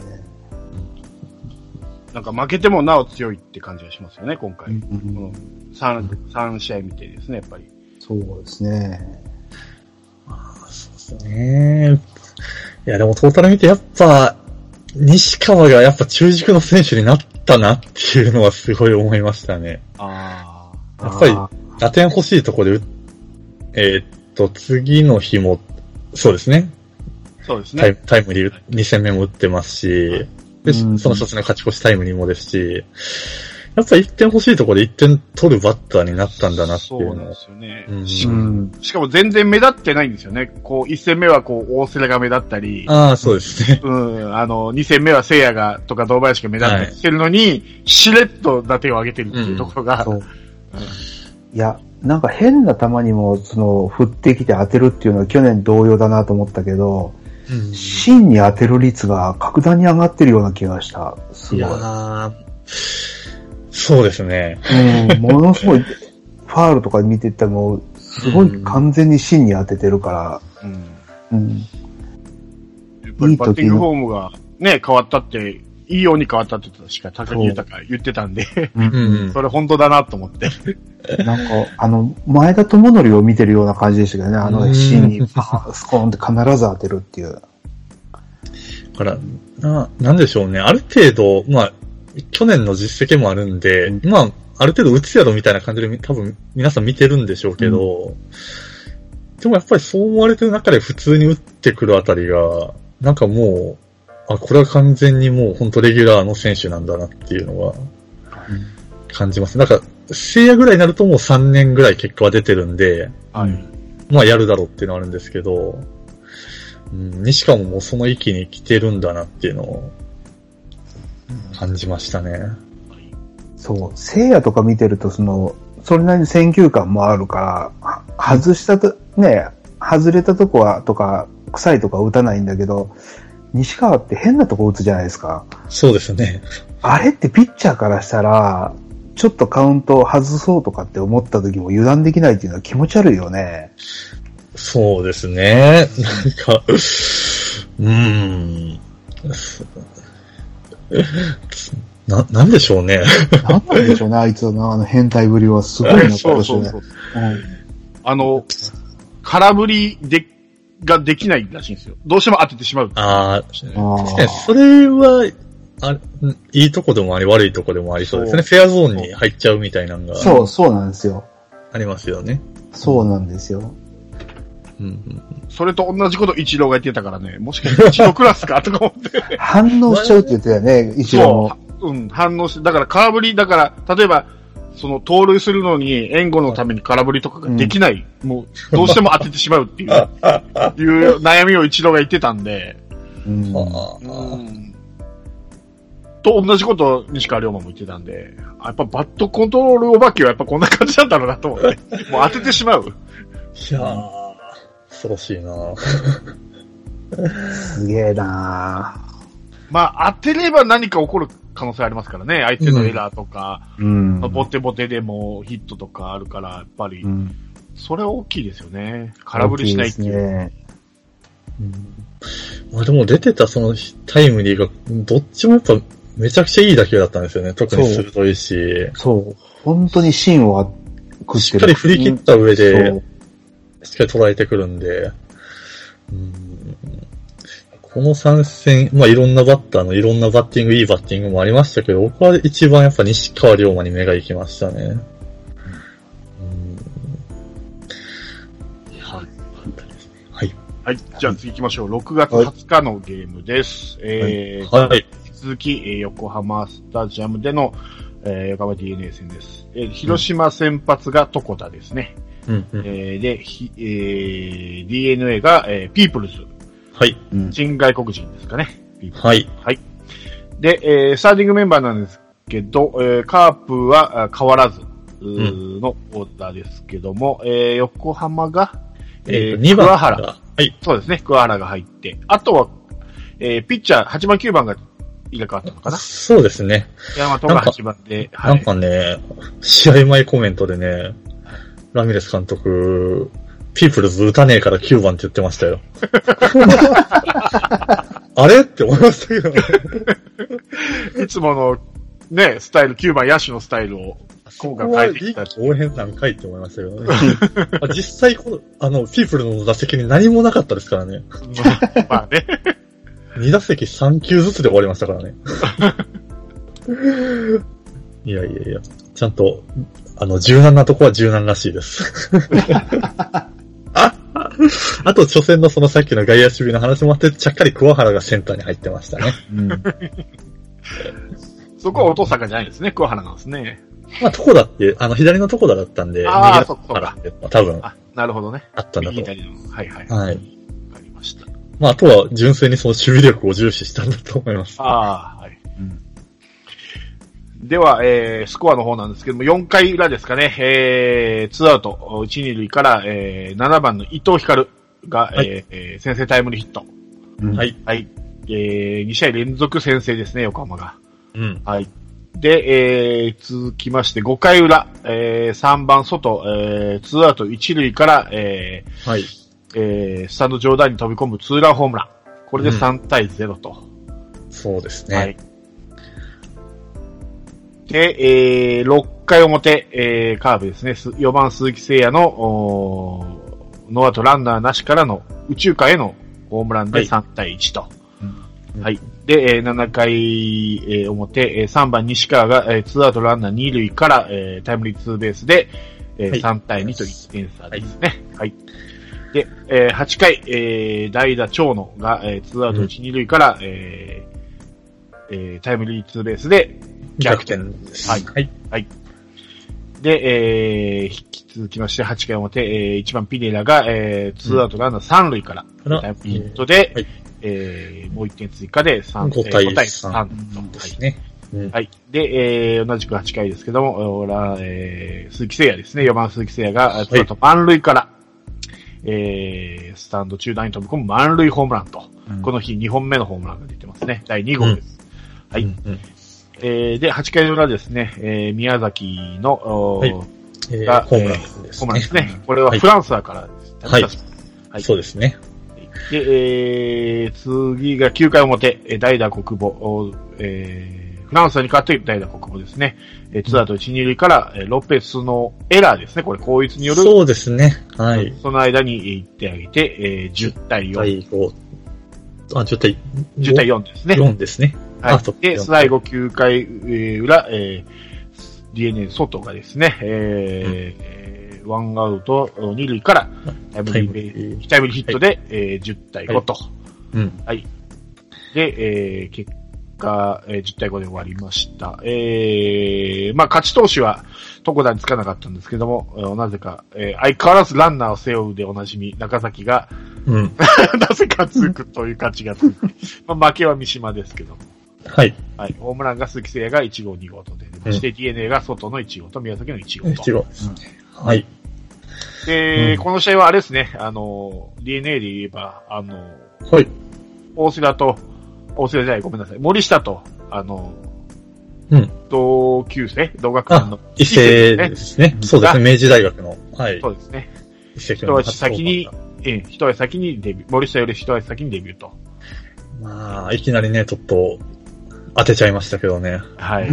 Speaker 2: ーなんか負けてもなお強いって感じがしますよね、今回。
Speaker 3: うん
Speaker 2: この 3, 三試合見てですね、やっぱり。
Speaker 3: そうですね。
Speaker 4: そうですね。いやでもトータル見てやっぱ、西川がやっぱ中軸の選手になったなっていうのはすごい思いましたね。
Speaker 2: ああ。
Speaker 4: やっぱり
Speaker 3: あ
Speaker 4: 打点欲しいとこで打っ、えーっと、次の日も、そうですね。
Speaker 2: そうです
Speaker 4: タイ
Speaker 2: ね。
Speaker 4: タイムリー2戦目も打ってますし、で、
Speaker 3: うん
Speaker 4: その初戦の勝ち越しタイムリーもですし、やっぱ1点欲しいところで1点取るバッターになったんだなって
Speaker 2: そ
Speaker 4: いう
Speaker 2: うな
Speaker 4: の
Speaker 2: ん
Speaker 4: を
Speaker 2: で。すよね。
Speaker 4: うん
Speaker 3: ー
Speaker 2: し
Speaker 3: うん。
Speaker 2: しかも全然目立ってないんですよね。こう、1戦目はこう、大瀬良が目立ったり、
Speaker 4: ああ、そうですね。
Speaker 2: うん、あの、2戦目は聖夜が、とか堂林が目立った
Speaker 4: は
Speaker 2: り
Speaker 4: い
Speaker 2: してるのに、しれっと打点を上げてるっていうところが、
Speaker 3: そう。いや、なんか変な球にも、その、振ってきて当てるっていうのは去年同様だなと思ったけど、芯に当てる率が格段に上がってるような気がした。す
Speaker 4: い
Speaker 3: ごい。
Speaker 4: やーそうですね。
Speaker 3: うん、ものすごい、ファールとか見てても、すごい完全に芯に当ててるか
Speaker 2: うん
Speaker 3: ら、うん。
Speaker 2: やっぱりバッティングフォームがね、変わったって、いいように変わったって確か高木豊言ってたんで、
Speaker 4: うん。
Speaker 2: それ本当だなと思って。
Speaker 3: なんか、あの、前田智則を見てるような感じでしたけどね、あ
Speaker 4: う
Speaker 3: の
Speaker 4: ん
Speaker 3: 芯にパーンスコーンって必ず当てるっていう。
Speaker 4: だから、な、なんでしょうね。ある程度、まあ、去年の実績もあるんで、
Speaker 3: うん
Speaker 4: まあ、ある程度打つやろみたいな感じでみ、多分皆さん見てるんでしょうけど、でもやっぱりそう思われてる中で普通に打ってくるあたりが、なんかもう、あ、これは完全にもう本当レギュラーの選手なんだなっていうのは、感じます。なんか、聖夜ぐらいになるともう3年ぐらい結果は出てるんで、
Speaker 2: はい。
Speaker 4: まあやるだろうっていうのはあるんですけど、うん、西川ももうその域に来てるんだなっていうのを感じましたね。
Speaker 3: そう、聖夜とか見てると、その、それなりに選球感もあるから、は外したと、ね、外れたとこは、とか、臭いとか打たないんだけど、西川って変なとこ打つじゃないですか。
Speaker 4: そうですね。
Speaker 3: あれってピッチャーからしたら、ちょっとカウントを外そうとかって思った時も油断できないっていうのは気持ち悪いよ ね。
Speaker 4: そうですね。なんか、うーん。な、なんでしょうね。
Speaker 3: なんなんでしょうね、あいつのあの変態ぶりはすごいなと
Speaker 2: そう
Speaker 3: 思
Speaker 2: そう
Speaker 3: う
Speaker 2: そう。
Speaker 3: ね。
Speaker 2: あの、空振りで、ができないらしいんですよ。どうしても当ててしまう。
Speaker 4: ああ、
Speaker 3: あ
Speaker 4: 確かにそれは、あんいいとこでもあり、悪いとこでもありそうですね。フェアゾーンに入っちゃうみたいなの
Speaker 3: あ。
Speaker 4: が
Speaker 3: そう、そうなんですよ。
Speaker 4: ありますよね。
Speaker 3: そうなんですよ。
Speaker 4: うんうん、
Speaker 2: それと同じこと一郎が言ってたからね、もしかして一郎クラスかとか思って。
Speaker 3: 反応しちゃうって言ってたよね、一応も。
Speaker 2: そう。うん、反応して、だから空振り、だから、例えば、その、盗塁するのに、援護のために空振りとかができない。もう、どうしても当ててしまうっていう、いう悩みを一郎が言ってたんで、
Speaker 3: うん
Speaker 4: あー
Speaker 2: うん。と同じことを西川龍馬も言ってたんで、あやっぱバットコントロールお化けはやっぱこんな感じなんだろうなと思 って、もう当ててしまう。
Speaker 4: いやー、恐ろしいな
Speaker 3: すげえな
Speaker 2: まあ、当てれば何か起こる可能性ありますからね。相手のエラーとか、
Speaker 3: ぁうん
Speaker 2: まあボテボテでもヒットとかあるから、やっぱり、
Speaker 3: うん
Speaker 2: それは大きいですよね。空振りしないってい
Speaker 3: 大き
Speaker 2: う。
Speaker 3: ですね。
Speaker 4: まあでも出てたそのタイムリーが、どっちもやっぱめちゃくちゃいい打球だったんですよね。特に鋭いし、
Speaker 3: そう。本当に芯を食ってる。
Speaker 4: しっかり振り切った上
Speaker 3: そ
Speaker 4: で
Speaker 3: う、
Speaker 4: しっかり捉えてくるんで、うんこの参戦、まあいろんなバッターのいろんなバッティング、いいバッティングもありましたけど、僕は一番やっぱ西川龍馬に目が行きましたね。うんいや
Speaker 2: はい
Speaker 4: はい。
Speaker 2: はい。じゃあ次行きましょう。6月20日のゲームです。えー、
Speaker 4: はい。
Speaker 2: 引き続き、えー横浜スタジアムでの、えー横浜 DNA 戦です。えー広島先発が床田ですね。
Speaker 4: うんうん
Speaker 2: えーで、ひえー DNA が、えーピープルズ。
Speaker 4: はい。
Speaker 3: うん
Speaker 2: 新外国人ですかね。ピープルズ
Speaker 4: はい。
Speaker 2: はい。で、えースターティングメンバーなんですけど、えーカープはあ変わらず、うーのオーダーですけども、えー横浜が、
Speaker 4: え
Speaker 2: え
Speaker 4: っ
Speaker 2: ー
Speaker 4: と、2番
Speaker 2: 桑
Speaker 4: が。
Speaker 2: 原。
Speaker 4: はい。
Speaker 2: そうですね、桑原が入って、あとは、えーピッチャー8番9番が入れ替わったのかな
Speaker 4: そうですね。
Speaker 2: ヤマト
Speaker 4: な
Speaker 2: が
Speaker 4: んか
Speaker 2: 8番で、は
Speaker 4: なん
Speaker 2: い。
Speaker 4: かね、試合前コメントでね、ラミレス監督、ピープルズ打たねえから9番って言ってました よ。あれって思いましたけどね。
Speaker 2: いつもの、ね、スタイル、9番野手のスタイルを、今回変えてきた。
Speaker 4: 応援なんかいって思いましたけどね。まあ実際この、あの、ピープルの打席に何もなかったですからね。
Speaker 2: まあね。
Speaker 4: 2打席3球ずつで終わりましたから ね。いやいやいや、ちゃんと、あの、柔軟なとこは柔軟らし いです。ああと、初戦のそのさっきの外野守備の話もあって、ちゃっかり桑原がセンターに入って ましたね。
Speaker 3: うん
Speaker 2: そこはお父さんがじゃないですね、桑原なんですね。
Speaker 4: まあ、とこだって、あの、左のとこだだったんで、
Speaker 2: あー
Speaker 4: 右の
Speaker 2: そっか
Speaker 4: とこだ多分、あ
Speaker 2: あ、なるほどね。
Speaker 4: ったんだ
Speaker 2: 右
Speaker 4: と。
Speaker 2: 左の。はいはい。わか
Speaker 4: はい。
Speaker 2: りました。
Speaker 4: まあ、あとは純粋にその守備力を重視したんだと思います。
Speaker 2: ああ、はい。では、えー、スコアの方なんですけども、4回裏ですかね、えー、ツーアウト、1、2塁から、えー、7番の伊藤光が、
Speaker 4: はい
Speaker 2: えーえー先制タイムリーヒット。
Speaker 3: うん
Speaker 4: はい。
Speaker 2: はい。えー、2試合連続先制ですね、横浜が。
Speaker 4: うん。
Speaker 2: はい。で、えー、続きまして、5回裏、えー、3番外、えー、ツーアウト1塁から、え
Speaker 4: はい。
Speaker 2: ー、えー、スタンド上段に飛び込むツーランホームラン。これで3対0と。
Speaker 4: そうです
Speaker 2: は
Speaker 4: ね
Speaker 2: い。。で、えー、6回表、えー、カーブですね。す4番鈴木誠也の、おーノーアウトランナーなしからの宇宙間へのホームランで
Speaker 4: はい
Speaker 2: 3対1と。
Speaker 4: うん
Speaker 2: はい。で、えー7回、えー表、えー3番西川が、えー、2アウトランナー2塁から、えータイムリーツーベースで、えー
Speaker 4: はい
Speaker 2: 3対2と1点差ですね。はい。で、えー8回、えー代打長野が、えー、2アウト1、2塁から、えーえータイムリーツーベースで逆転
Speaker 4: 逆転。です。
Speaker 2: はい
Speaker 4: はい。
Speaker 2: で、えー引き続きまして8回表、えー1番ピネラが、えー、2アウトランナー3塁から、
Speaker 4: から
Speaker 2: タイムリーヒットで、
Speaker 4: はい
Speaker 2: えーもう1点追加で3
Speaker 4: 5対
Speaker 2: えー5対
Speaker 4: 3
Speaker 2: 3と、は
Speaker 4: で
Speaker 2: い
Speaker 4: すね。うん
Speaker 2: はい。で、えー、同じく8回ですけども、らえー、鈴木誠也ですね、4番鈴木誠也が、
Speaker 4: い
Speaker 2: ちょっと満塁から、えー、スタンド中段に飛び込む満塁ホームランと、
Speaker 3: うん
Speaker 2: この日2本目のホームランが出てますね。第2号です。はい、
Speaker 4: うんうん
Speaker 2: えー。で、8回の裏ですね、えー、宮崎の、おー
Speaker 4: はいえー
Speaker 2: が
Speaker 4: ホームランで
Speaker 2: ホー
Speaker 4: すね。
Speaker 2: ムランですね。これはフランスだからです。
Speaker 4: はい
Speaker 2: 確かはい
Speaker 4: そうですね。
Speaker 2: で、えー、次が9回表、えー代打国母、おえー、フランスに代わって代打国母ですね。えー、ツーアウト1、2塁から、えーロペスのエラーですね。これ、効率による。
Speaker 4: そうですね。はい。
Speaker 2: その間に行ってあげて、えー、10対4。
Speaker 4: 第5。あ、10対
Speaker 2: 10対4ですね。
Speaker 4: 4ですね。
Speaker 2: は
Speaker 4: あ
Speaker 2: い
Speaker 4: そう。
Speaker 2: で、最後9回、えー裏、えー、DNA 外がですね、えーえーワンアウト2塁からタイムリーベ
Speaker 4: タイ
Speaker 2: ータ
Speaker 4: ムリ
Speaker 2: イムリーヒットで、えー10対5と。
Speaker 4: うん。
Speaker 2: で、えー結果、えー10対5で終わりました。えーまあ、勝ち投手は、床田につかなかったんですけども、えーなぜか、えー相変わらずランナーを背負うでおなじみ、中崎が、
Speaker 4: うん。
Speaker 2: なぜかつくという勝ちがつ く。まあ、負けは三島ですけども。
Speaker 4: はい。
Speaker 2: はい。ホームランが鈴木誠也が1号、2号と出てまして、DNA が外の1号と宮崎の1号
Speaker 4: 1
Speaker 2: と。
Speaker 4: 号ですね。はい。
Speaker 2: で、
Speaker 4: うん
Speaker 2: この試合はあれですね、あの、DNA で言えば、あの、
Speaker 4: はい。
Speaker 2: 大瀬良と、大瀬良じゃない、ごめんなさい、森下と、あの、
Speaker 4: うん。
Speaker 2: 同級生同学年
Speaker 4: あ
Speaker 2: の。、
Speaker 4: 伊勢ですね
Speaker 3: う。ん。
Speaker 4: そうですね。明治大学の。はい
Speaker 2: そ。うですね。
Speaker 4: 伊勢
Speaker 2: 一
Speaker 4: 君の
Speaker 2: 足先に
Speaker 4: 初登板、
Speaker 2: ええ、一足先にデビュー、森下より一足先にデビューと。
Speaker 4: まあ、いきなりね、ちょっと、当てちゃいましたけどね。
Speaker 2: はい。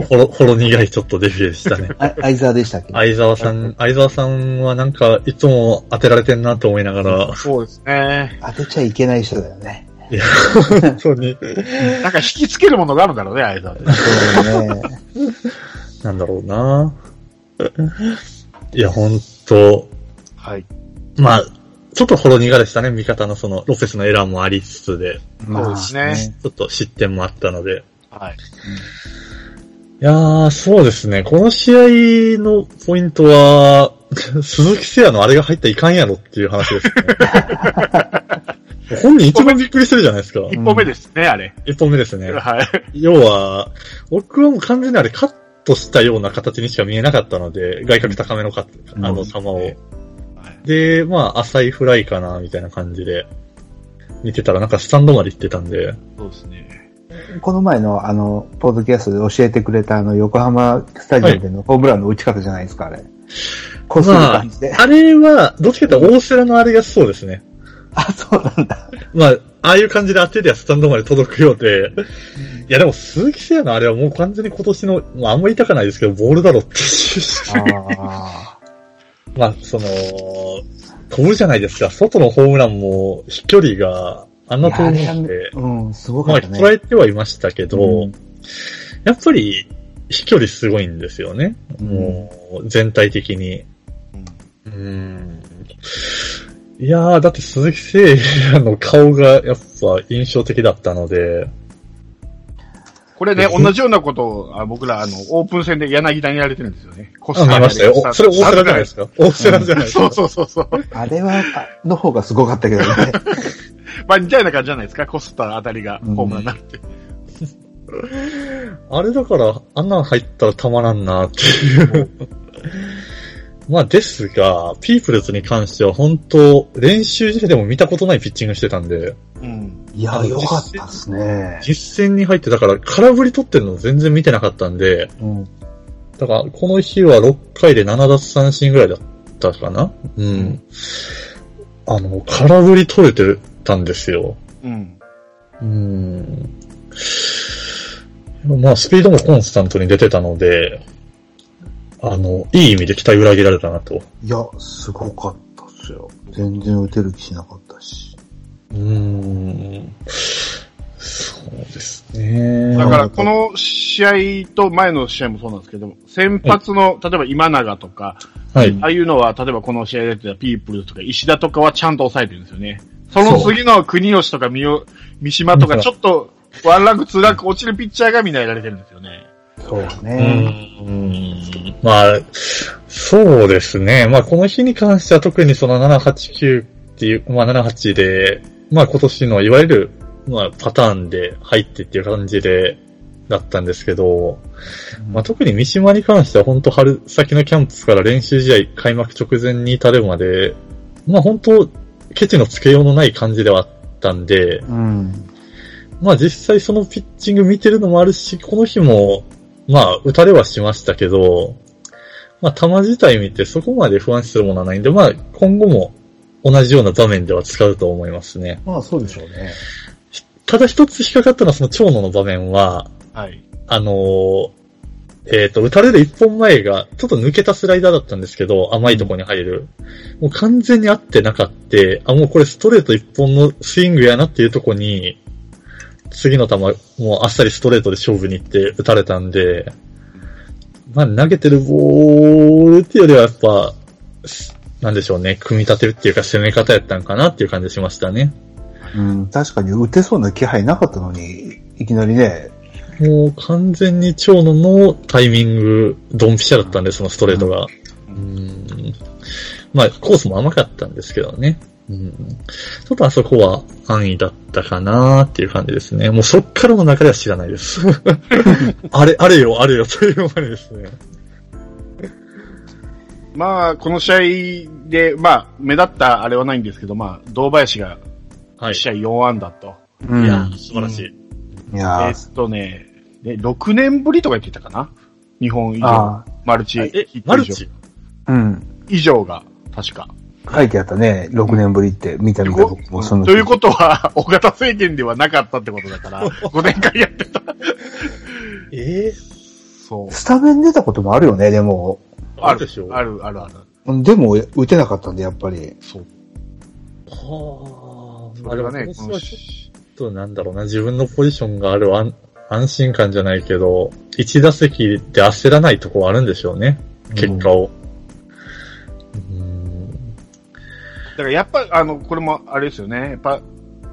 Speaker 4: ほろ、ほろ苦いちょっとデビューでしたね
Speaker 3: あ相沢でしたっけ
Speaker 4: 相沢さん、相沢さんはなんか、いつも当てられてんなと思いなが ら、
Speaker 2: そうですね。
Speaker 3: 当てちゃいけない人だよね。
Speaker 4: いや、本当に、
Speaker 2: なんか引きつけるものがあるんだろうね、あれだって。
Speaker 3: そうだね。
Speaker 4: なんだろうな。いや、本当
Speaker 2: はい。
Speaker 4: まあ、ちょっとほろ苦でしたね。味方のその、ロペスのエラーもありつつで、
Speaker 2: そうですね。
Speaker 4: ちょっと失点もあったので。
Speaker 2: はい。
Speaker 4: いやー、そうですね。この試合のポイントは、 鈴木誠也のあれが入ったらいかんやろっていう話ですね。本人一番びっくりしてるじゃないですか。
Speaker 2: 一歩目ですね、あれ。
Speaker 4: 一本目ですね。
Speaker 2: はい。
Speaker 4: 要は、僕はもう完全にあれカットしたような形にしか見えなかったので、外角高めのカッ
Speaker 3: うん
Speaker 4: ト、あの球を。
Speaker 2: はい
Speaker 4: で、まあ、浅いフライかな、みたいな感じで、見てたらなんかスタンドまで行ってたんで、
Speaker 2: そうですね。
Speaker 3: この前の、あの、ポッドキャストで教えてくれた、あの、横浜スタジオでのホームランの打ち方じゃないですか、あれ。こする感じで。
Speaker 4: あれは、どっちかというと大瀬良のあれがそうですね。
Speaker 3: あ、そうなんだ。
Speaker 4: まあ、ああいう感じで当てりゃスタンドまで届くようで、いやでも鈴木誠也のあれはもう完全に今年の、まああんまり痛かないですけど、ボールだろっていう。
Speaker 3: あ
Speaker 4: まあ、その、飛ぶじゃないですか。外のホームランも飛距離があんな
Speaker 3: あ。
Speaker 4: 遠
Speaker 3: い
Speaker 4: い
Speaker 3: やあ
Speaker 4: ん
Speaker 3: れ
Speaker 4: で、
Speaker 3: はうん、すご
Speaker 4: ま
Speaker 3: か
Speaker 4: あ、
Speaker 3: ったね。
Speaker 4: 捉えてはいましたけど、
Speaker 3: うん
Speaker 4: やっぱり飛距離すごいんですよね。もう、全体的に。うん。いやー、だって鈴木誠也の顔がやっぱ印象的だったので、
Speaker 2: これね、
Speaker 4: うん
Speaker 2: 同じようなことを、あ僕ら、あの、オープン戦で柳田にやられてるんですよね。コ
Speaker 4: あ、見ましたよ。おそれ大瀬良じゃないです
Speaker 2: か。
Speaker 4: か。大瀬良じゃないですか。
Speaker 2: そうそうそうそう。
Speaker 3: あれは、あの方がすごかったけどね。
Speaker 2: まあ、似たような感じじゃないですか。コスタあたりがホームランになって。
Speaker 4: あれだから、あんなん入ったらたまらんなっていう。 まあですが、ピープルズに関しては本当、練習試合でも見たことないピッチングしてたんで、
Speaker 2: うん。
Speaker 3: いや、よかったですね。
Speaker 4: 実戦に入って、だから空振り取ってるの全然見てなかったんで、
Speaker 3: うん。
Speaker 4: だからこの日は6回で7奪三振ぐらいだったかなうん。あの、空振り取れてたんですよ。
Speaker 2: うん。
Speaker 4: うん。まあ、スピードもコンスタントに出てたので、あの、いい意味で期待裏切られたなと。
Speaker 3: いや、すごかったっすよ。全然打てる気しなかったし。
Speaker 4: うん。そうですね。
Speaker 2: だから、この試合と前の試合もそうなんですけど、先発の、例えば今永とか、
Speaker 4: はい
Speaker 2: あ。あいうのは、例えばこの試合でやってたピープルとか石田とかはちゃんと抑えてるんですよね。その次の国吉とか三代三島とか、ちょっと、ワンランク、ツーランク落ちるピッチャーがみんなやられてるんですよね。
Speaker 3: そう
Speaker 4: う
Speaker 3: ね。
Speaker 4: ん。まあ、そうですね。まあ、この日に関しては特にその789っていう、まあ、78で、まあ、今年のいわゆる、まあ、パターンで入ってっていう感じで、だったんですけど、まあ、特に三島に関しては本当春先のキャンプスから練習試合開幕直前に至るまで、まあ本当、ケチのつけようのない感じではあったんで、
Speaker 3: うん。
Speaker 4: まあ実際そのピッチング見てるのもあるし、この日も、まあ打たれはしましたけど、まあ球自体見てそこまで不安視するものはないんで、まあ今後も同じような場面では使うと思いますね。
Speaker 3: まあそうでしょうね。
Speaker 4: ただ一つ引っかかったのはその長野の場面は、
Speaker 2: はい。
Speaker 4: あのーえっ、と、打たれる一本前が、ちょっと抜けたスライダーだったんですけど、甘いとこに入る。もう完全に合ってなかって、あ、もうこれストレート一本のスイングやなっていうとこに、次の球、もうあっさりストレートで勝負に行って打たれたんで、まあ投げてるボールっていうよりはやっぱ、すなんでしょうね、組み立てるっていうか攻め方やったんかなっていう感じしましたね。
Speaker 3: うん、確かに打てそうな気配なかったのに、いきなりね、
Speaker 4: もう完全に長野のタイミング、ドンピシャだったんで、そのストレートが。う
Speaker 2: うん
Speaker 4: ん。まあ、コースも甘かったんですけどね。うん。ちょっとあそこは安易だったかなっていう感じですね。もうそっからの中では知らない です。あれ、あれよ、あれよ、というまでですね。
Speaker 2: まあ、この試合で、まあ、目立ったあれはないんですけど、まあ、堂林が
Speaker 4: はい。
Speaker 2: 試合4安打と。
Speaker 3: うん、
Speaker 4: い
Speaker 3: い
Speaker 4: や
Speaker 3: や、
Speaker 4: 素晴らしい。
Speaker 2: えーっとね、で6年ぶりとか言ってたかな日本以上
Speaker 3: あ。
Speaker 2: マルチ。
Speaker 4: え
Speaker 2: ヒッ、ト
Speaker 4: マ
Speaker 2: 以
Speaker 4: ル
Speaker 2: 上
Speaker 4: チ
Speaker 3: うん。
Speaker 2: 以上が、確か。
Speaker 3: 書いてあったね、6年ぶりって、見た見た僕もその
Speaker 2: ということは、 大型制限ではなかったってことだから、5年間やってた。
Speaker 4: え
Speaker 2: そう。
Speaker 3: スタメン出たこともあるよね、でも。
Speaker 4: あ
Speaker 2: あ
Speaker 4: る
Speaker 2: る
Speaker 4: でしょ
Speaker 2: ある、ある、ある。
Speaker 3: でも、打てなかったんで、やっぱり。
Speaker 2: そう。
Speaker 4: はあ、
Speaker 2: それがね、
Speaker 4: 私
Speaker 2: こ
Speaker 4: は
Speaker 2: の
Speaker 4: ちょっとなんだろうな、自分のポジションがある安安心感じゃないけど、一打席で焦らないとこはあるんでしょうね、結果を。うん
Speaker 2: だからやっぱ、あの、これもあれですよね。やっぱ、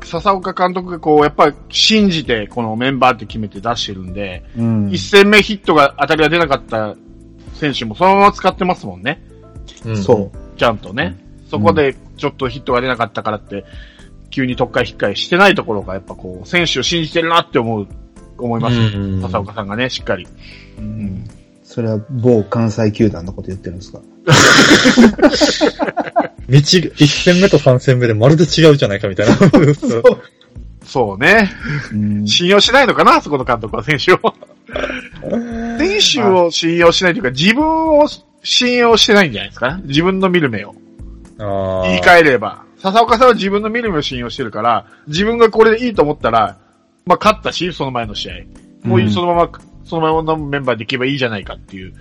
Speaker 2: 笹岡監督がこう、やっぱ信じてこのメンバーって決めて出してるんで、
Speaker 3: うん
Speaker 2: 一戦目ヒットが当たりが出なかった選手もそのまま使ってますもんね。
Speaker 3: そ
Speaker 2: ちゃんとね。そこでちょっとヒットが出なかったからって、急に特会引っかえしてないところがやっぱこう、選手を信じてるなって思う、思います。
Speaker 4: うん
Speaker 2: 笹岡さんがね、しっかり。
Speaker 3: う。それは某関西球団のこと言ってるんですか
Speaker 4: 道、一戦目と三戦目でまるで違うじゃないかみたいな。
Speaker 2: そうね。
Speaker 3: うん
Speaker 2: 信用しないのかな、そこの監督は選手を。選手を信用しないというか、自分を信用してないんじゃないですかね自分の見る目を。
Speaker 4: あー
Speaker 2: 言い換えれば。笹岡さんは自分の見る目を信用してるから、自分がこれでいいと思ったら、まあ勝ったし、その前の試合。もうい
Speaker 3: うん
Speaker 2: そのまま、そのままのメンバーでいけばいいじゃないかっていう